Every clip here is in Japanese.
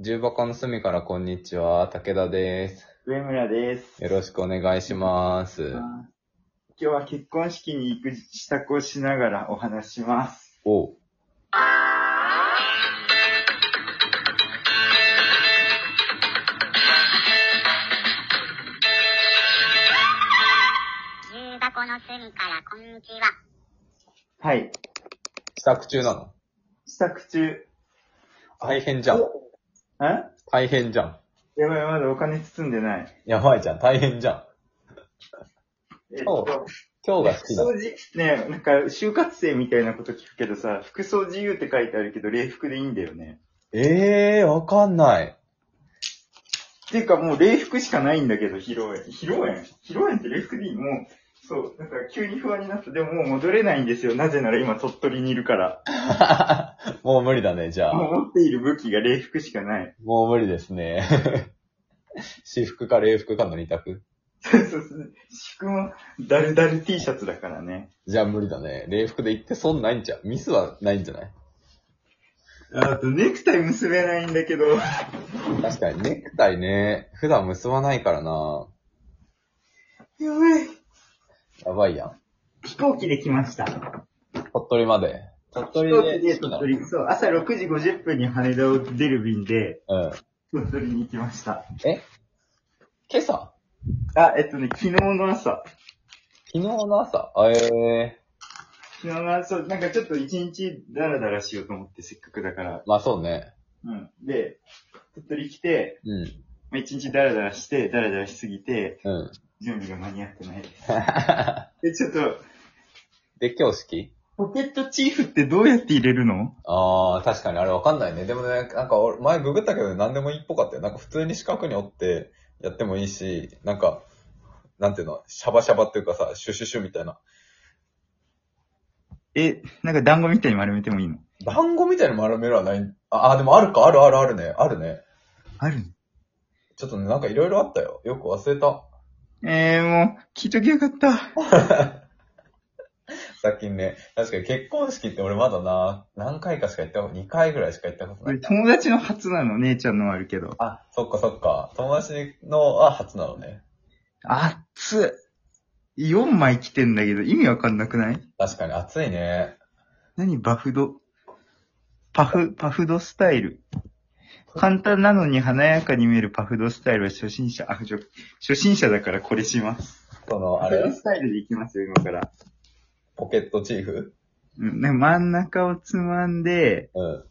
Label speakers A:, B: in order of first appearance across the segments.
A: 重箱の隅からこんにちは、武田です。
B: 上村です。
A: よろしくお願いします。
B: 今日は結婚式に行く支度をしながらお話しします。
A: おう
C: 重箱の隅からこんにちは。
B: はい。
A: 支度中なの
B: 支度中。
A: 大変じゃん。
B: んや
A: 大変じゃん。
B: ばい、まだお金包んでない。
A: やばいじゃん、大変じゃん。
B: えっ
A: お
B: と、
A: 今日が好
B: 服
A: きな
B: 装じ、ねなんか、就活生みたいなこと聞くけどさ、服装自由って書いてあるけど、礼服でいいんだよね。
A: ええー、わかんない。
B: っていうか、もう礼服しかないんだけど、披露宴。披露宴披露宴って礼服でいいもう、そう、なんか急に不安になった。でももう戻れないんですよ。なぜなら今鳥取にいるから。
A: もう無理だね、じゃ
B: も
A: あ。
B: う持っている武器が礼服しかない。
A: もう無理ですね。 私服か礼服かの二択。
B: そうそうそう。私服もダルダル T シャツだからね。
A: じゃあ無理だね。礼服で行って損ないんじゃん。ミスはないんじゃない
B: あと、ネクタイ結べないんだけど。
A: 確かに、ネクタイね、普段結ばないからな。
B: やばい。
A: やばいやん。
B: 飛行機で来ました。
A: 鳥取まで。鳥
B: 飛
A: 取
B: 行機で
A: 好きな
B: 鳥
A: の
B: 取。そう、朝6時50分に羽田を出る便で、
A: うん。
B: 鳥取に行きました。
A: え今朝
B: あ、えっとね、昨日の朝。
A: 昨日の朝あえ
B: 昨日の朝、なんかちょっと一日ダラダラしようと思って、せっかくだから。
A: ー、まあそうね。
B: うん。で、鳥取来て、
A: うん。
B: まあ、一日ダラダラして、ダラダラしすぎて、
A: うん。
B: 準備が間に合ってないです。 で、ちょっと、
A: で、今日式
B: ポケットチーフってどうやって入れるの
A: ああ、確かにあれわかんないね。でもね、なんか俺、前ググったけど何でもいいっぽかったよ。なんか普通に四角に折ってやってもいいし、なんか、なんていうの、シャバシャバっていうかさ、シュシュシュみたいな。
B: え、なんか団子みたいに丸めてもいいの
A: 団子みたいな丸めるはない。ああ、でもあるか、あるあるあるね。あるね。
B: ある
A: ちょっとね、なんかいろいろあったよ。よく忘れた。
B: えー、もう、聞いときゃよかった。
A: 最近ね、確かに結婚式って俺まだな、何回かしか行ったこと、2回ぐらいしか行ったことない。
B: 友達の初なの、姉ちゃんのはあるけど。
A: あ、そっかそっか。友達のは初なのね。
B: あっつ。4枚来てんだけど、意味わかんなくない
A: 確かに暑いね。
B: 何バフド。パフ、パフドスタイル。簡単なのに華やかに見えるパフドスタイルは初心者、あ、ちょ初心者だからこれします。
A: その、あ
B: パフド
A: れ、
B: スタイルでいきますよ、今から。
A: ポケットチーフ
B: うん、なんか真ん中をつまんで、
A: うん。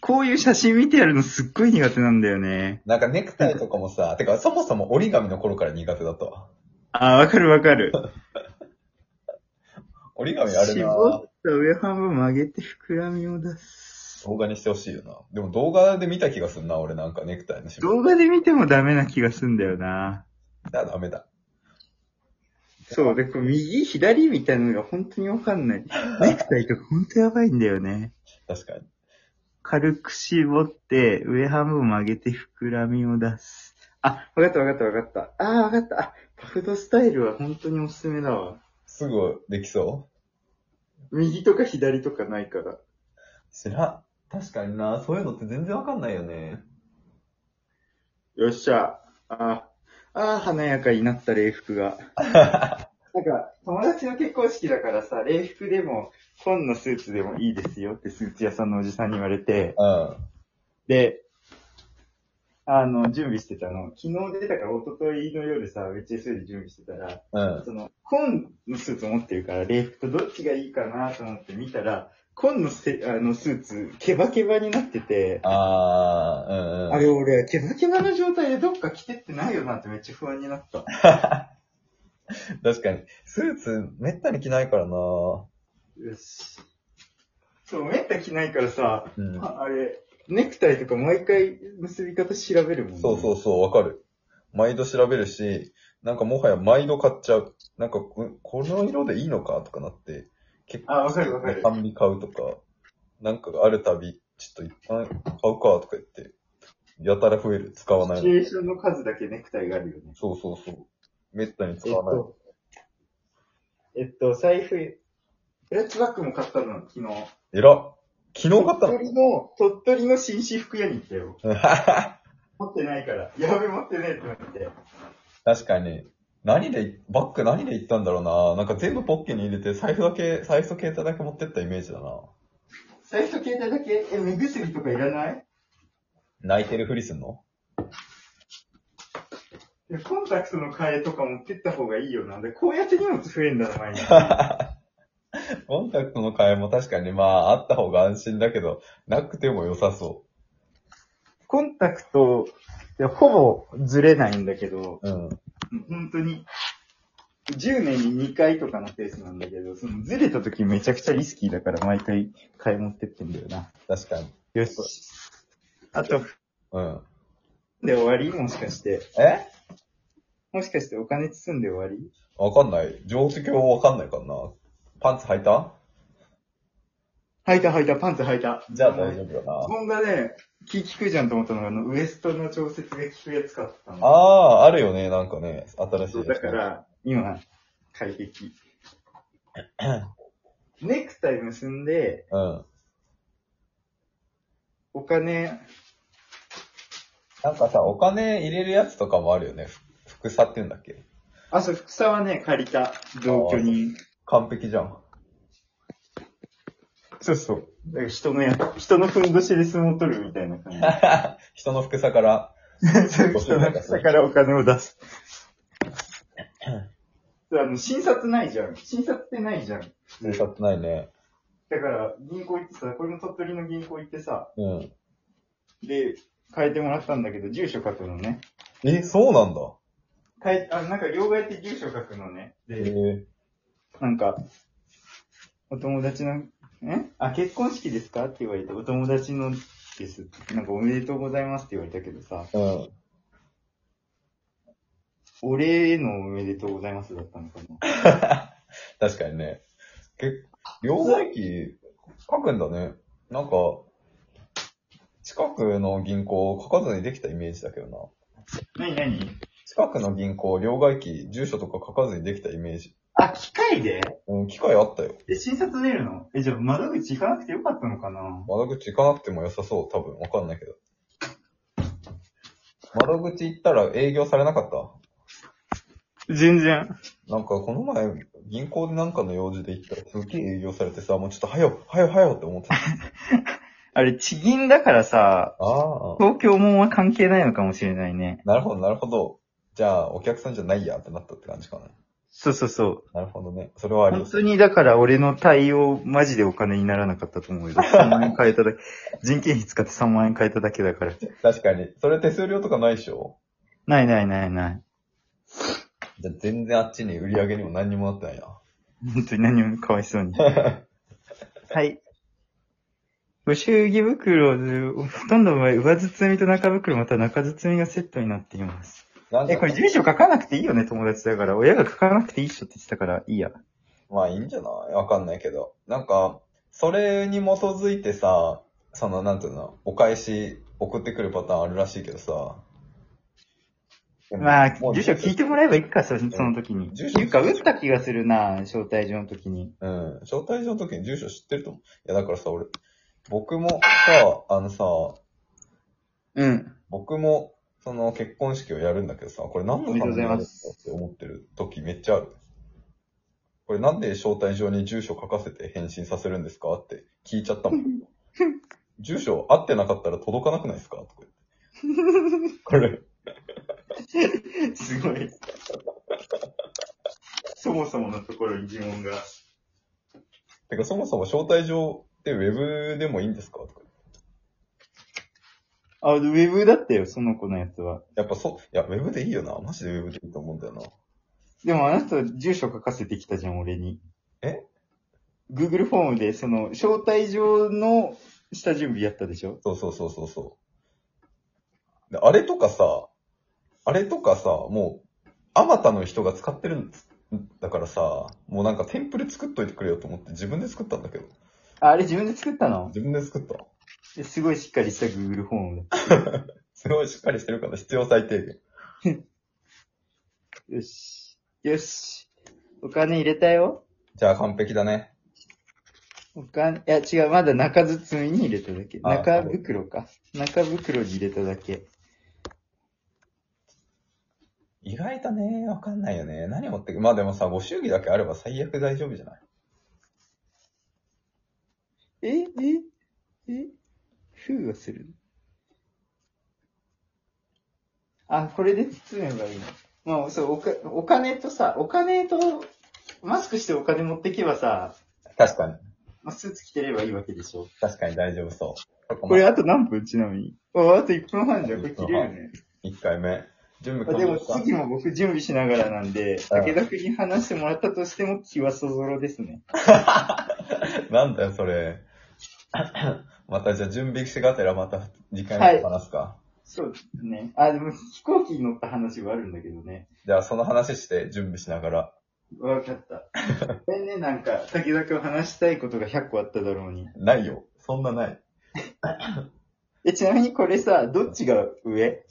B: こういう写真見てやるのすっごい苦手なんだよね。
A: なんかネクタイとかもさ、てかそもそも折り紙の頃から苦手だったわ。
B: あー、わかるわかる。
A: 折り紙あるな
B: 絞った上半分曲げて膨らみを出す。
A: 動画にしてほしいよな。でも動画で見た気がするな、俺なんかネクタイの紐。
B: 動画で見てもダメな気がすんだよな。
A: だ、ダメだ。
B: そう、で、こう右、左みたいなのが本当にわかんない。ネクタイとか本当やばいんだよね。
A: 確かに。
B: 軽く絞って、上半分曲げて膨らみを出す。あ、わかったわかったわかった。あーわかった。あ、パフドスタイルは本当におすすめだわ。
A: すぐできそ
B: 右とか左とかないから。
A: う知らん。確かにな、そういうのって全然わかんないよね。
B: よっしゃ。ああ、華やかになった礼服が。なんか、友達の結婚式だからさ、礼服でも、紺のスーツでもいいですよってスーツ屋さんのおじさんに言われて、
A: うん。
B: で、あの、準備してたの。昨日出たから、一昨日の夜さ、VHS で準備してたら、
A: うん。
B: その、紺のスーツ持ってるから、礼服とどっちがいいかなと思って見たら、紺のせあのスーツ、ケバケバになってて、
A: あー、うんうん。
B: あれ俺、ケバケバの状態でどっか着てってないよなってめっちゃ不安になった。
A: 確かに。スーツめったに着ないからな
B: よし。そう、めった着ないからさ、
A: うん。
B: ああれ、ネクタイとか毎回結び方調べるもん、ね。
A: そうそうそう、わかる。毎度調べるし、なんかもはや毎度買っちゃう。なんか、うんこの色でいいのかとかなって、結
B: あわかるわかる
A: 半身買うとか、なんかがあるたび、ちょっと一旦買うかとか言って、やたら増える、使わな
B: シ
A: い
B: チュエー
A: の。
B: ションの数だけネクタイがあるよね。
A: そうそうそう。めったに
B: え
A: 使
B: っ
A: わない。
B: と、えっと、財布、クラッチバッグも買ったの、昨日。
A: えらっ昨日買った
B: 鳥取の、鳥取の紳士服屋に行ったよ。
A: の
B: 持ってないから。やべ、持ってねえってなって。
A: 確かに。何で、バッグ何で行ったんだろうな。なんか全部ポッケに入れて、財布だけ、財布と携帯だけ持ってったイメージだな。
B: 最初携帯だけ、え、目薬とかいらない
A: 泣いてるふりすんの
B: いやコンタクトの替えとか持ってった方がいいよな。で、こうやって荷物増えんだな、毎日。
A: コンタクトの替えも確かにまあ、あった方が安心だけど、なくても良さそ
B: コンタクト、いや、ほぼずれないんだけど、
A: う。うん。
B: 本当に、10年に2回とかのペースなんだけど、そのずれた時めちゃくちゃリスキーだから毎回買い持ってってんだよな。
A: 確かに。
B: よし。あと、
A: うん。
B: で終わりもしかして。
A: え
B: もしかしてお金包んで終わり
A: わかんない。常識はわかんないからな。パンツ履いた
B: 履いた履いた、パンツ履いた。
A: じゃあ大丈夫よな。
B: こんなね、気効くじゃんと思ったのが、あの、ウエストの調節が効くやつ買ったの。
A: ああ、あるよね、なんかね、新しい
B: そ
A: や
B: う
A: つ。
B: だから、今、快適。 ネクタイ結んで、
A: うん。
B: お金、
A: なんかさ、お金入れるやつとかもあるよね。ふ副差って言うんだっけ
B: あ、そう、服さはね、借りた、同居人。
A: 完璧じゃん。
B: そうそう。だから人のや、人のふんどしで相撲を取るみたいな感じ。
A: 人の副差から。
B: そう人の下からお金を出す。 あの、診察ないじゃん。診察ってないじゃん。
A: 副差ってないね。
B: だから、銀行行ってさ、これも鳥取の銀行行ってさ、
A: うん。
B: で、変えてもらったんだけど、住所書くのね。
A: え、そうなんだ。
B: 変え、あ、なんか両替って住所書くのね。
A: へ
B: で、
A: え
B: なんか、お友達の、えあ、結婚式ですかって言われて、お友達のです。なんかおめでとうございますって言われたけどさ、
A: うん。
B: 俺へのおめでとうございますだったのかな。
A: 確かにね。け両替機書くんだね。なんか、近くの銀行書かずにできたイメージだけどな。
B: なになに
A: 近くの銀行、両替機、住所とか書かずにできたイメージ。
B: あ、機械で
A: うん、機会あったよ。
B: え、診察出るのえ、じゃあ窓口行かなくてよかったのかな
A: 窓口行かなくても良さそう、多分。わかんないけど。窓口行ったら営業されなかった
B: 全然。
A: なんか、この前、銀行でなんかの用事で行ったら、すっげえ営業されてさ、もうちょっと早よ、早よ、早よって思ってた。
B: あれ、地銀だからさ、
A: ああ、
B: 東京もんは関係ないのかもしれないね。
A: なるほど、なるほど。じゃあ、お客さんじゃないやってなったって感じかな。
B: そうそうそう。
A: なるほどね。それはありま
B: 本
A: す。
B: 当にだから俺の対応、マジでお金にならなかったと思うよ。3万円変えただけ。人件費使って3万円変えただけだから。
A: 確かに。それ手数料とかないでしょ
B: ないないないない。
A: じゃあ、全然あっちに売り上げにも何にもなってないな。
B: 本当に何もかわいそう に。はい。ご祝儀袋で、ほとんどの場合、上包みと中袋、また中包みがセットになっています。
A: なん
B: え、こ
A: か、
B: れ住所書かなくていいよね、友達だから。親が書かなくていいっしょって言ってたから、いいや。
A: まあいいんじゃないわかんないけど。なんか、それに基づいてさ、その、なんていうの、お返し送ってくるパターンあるらしいけどさ。でも
B: まあ、
A: もう
B: 住所聞いてもらえばいいか、そその時に。
A: 住所
B: いうか、打った気がするな、招待状の時に。
A: うん。招待状の時に住所知ってると思う。いや、だからさ、俺、僕もさ、あのさ、
B: うん。
A: 僕も、その結婚式をやるんだけどさ、これ何のためにやるんだって思ってる時めっちゃある。これなんで招待状に住所書かせて返信させるんですかって聞いちゃったもん。住所合ってなかったら届かなくないですかとか言って。これ、
B: すごい。 そもそものところに疑問が。
A: てかそもそも招待状ってウェブでもいいんですかとか言って。
B: あ、ウェブだったよ、その子のやつは。
A: やっぱそう、いや、ウェブでいいよな。マジでウェブでいいと思うんだよな。
B: でもあの人、住所書かせてきたじゃん、俺に。
A: え
B: ?Google フォームで、その、招待状の下準備やったでしょ
A: そうそうそうそうそう。で、あれとかさ、あれとかさ、もう、あまたの人が使ってるんですだからさ、もうなんかテンプレ作っといてくれよと思って自分で作ったんだけど。
B: ああれ自分で作ったの
A: 自分で作った。
B: すごいしっかりした Google フォームだ
A: すごいしっかりしてるから必要最低限。
B: よし。よし。お金入れたよ。
A: じゃあ完璧だね。
B: 他に、いや違う、まだ中包みに入れただけ。
A: あ
B: 中袋か。中袋に入れただけ。
A: 意外とね、わかんないよね。何持ってくまあでもさ、ご祝儀だけあれば最悪大丈夫じゃない
B: えええ封をするあ、これで包めばいいの。まあ、そう、おかお金とさ、お金と、マスクしてお金持ってけばさ、
A: 確かに。
B: まあ、スーツ着てればいいわけでしょ。
A: 確かに大丈夫そう。
B: これあと何分ちなみに。あ、あと1分半じゃん。これ切れるね。
A: 1回目。準備
B: あ
A: 完
B: で
A: 了
B: も
A: した。
B: 次も僕準備しながらなん
A: う
B: で、
A: ん
B: 武田君に話してもらったとしても気はそぞろですね。
A: なんだよ、そ れ。またじゃあ準備しがてらまた次回も話すか。
B: そうですね。あ、でも飛行機に乗った話はあるんだけどね。
A: じゃあその話して準備しながら。
B: わかった。ごめんね、なんか、武田君話したいことが100個あっただろうに。
A: ないよ。そんなない。
B: え、ちなみにこれさ、どっちが上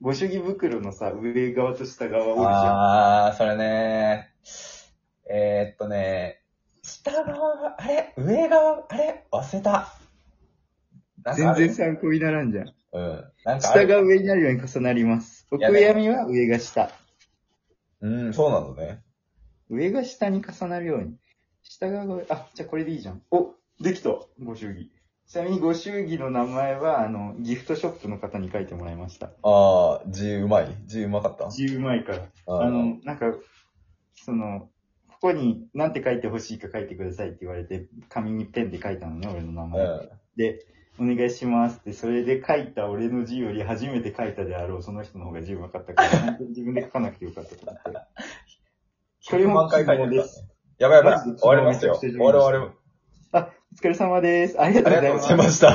B: ご主義袋のさ、上側と下側おるじゃん。
A: あー、それねえー、っとね下側が、あれ上側、あれ忘れた。なんか
B: 全
A: ある
B: 然。参考にならんじゃん。
A: うん。なんかあ
B: 下
A: る。
B: が上になるように重なります。お
A: や
B: 悔やみは上が下。
A: うん、そうなのね。
B: 上が下に重なるように。下が上、あ、じゃあこれでいいじゃん。お、できた。ご祝儀。ちなみにご祝儀の名前は、あの、ギフトショップの方に書いてもらいました。
A: あー、字うまい。字うまかった。
B: 10枚から。
A: あー
B: あの、なんか、その、ここに何て書いてほしいか書いてくださいって言われて、紙にペンで書いたのね、俺の名
A: う
B: 前。
A: ん。
B: で、お願いしますって、それで書いた俺の字より初めて書いたであろう、その人の方が字分か ったから、本当に自分で書かなくてよかったと思って。これ
A: 100
B: も
A: 万回
B: 希
A: 書いてる
B: 望
A: からね
B: です。
A: やばいやばい。
B: マジで
A: 終わりますよ。
B: 昨
A: 終
B: 日めちゃくちゃ準備
A: わる終わる。
B: お疲れ様です。ありが
A: あ
B: とう
A: り
B: ご
A: が
B: ざい
A: とう
B: ま
A: ご
B: す
A: ざい。ました。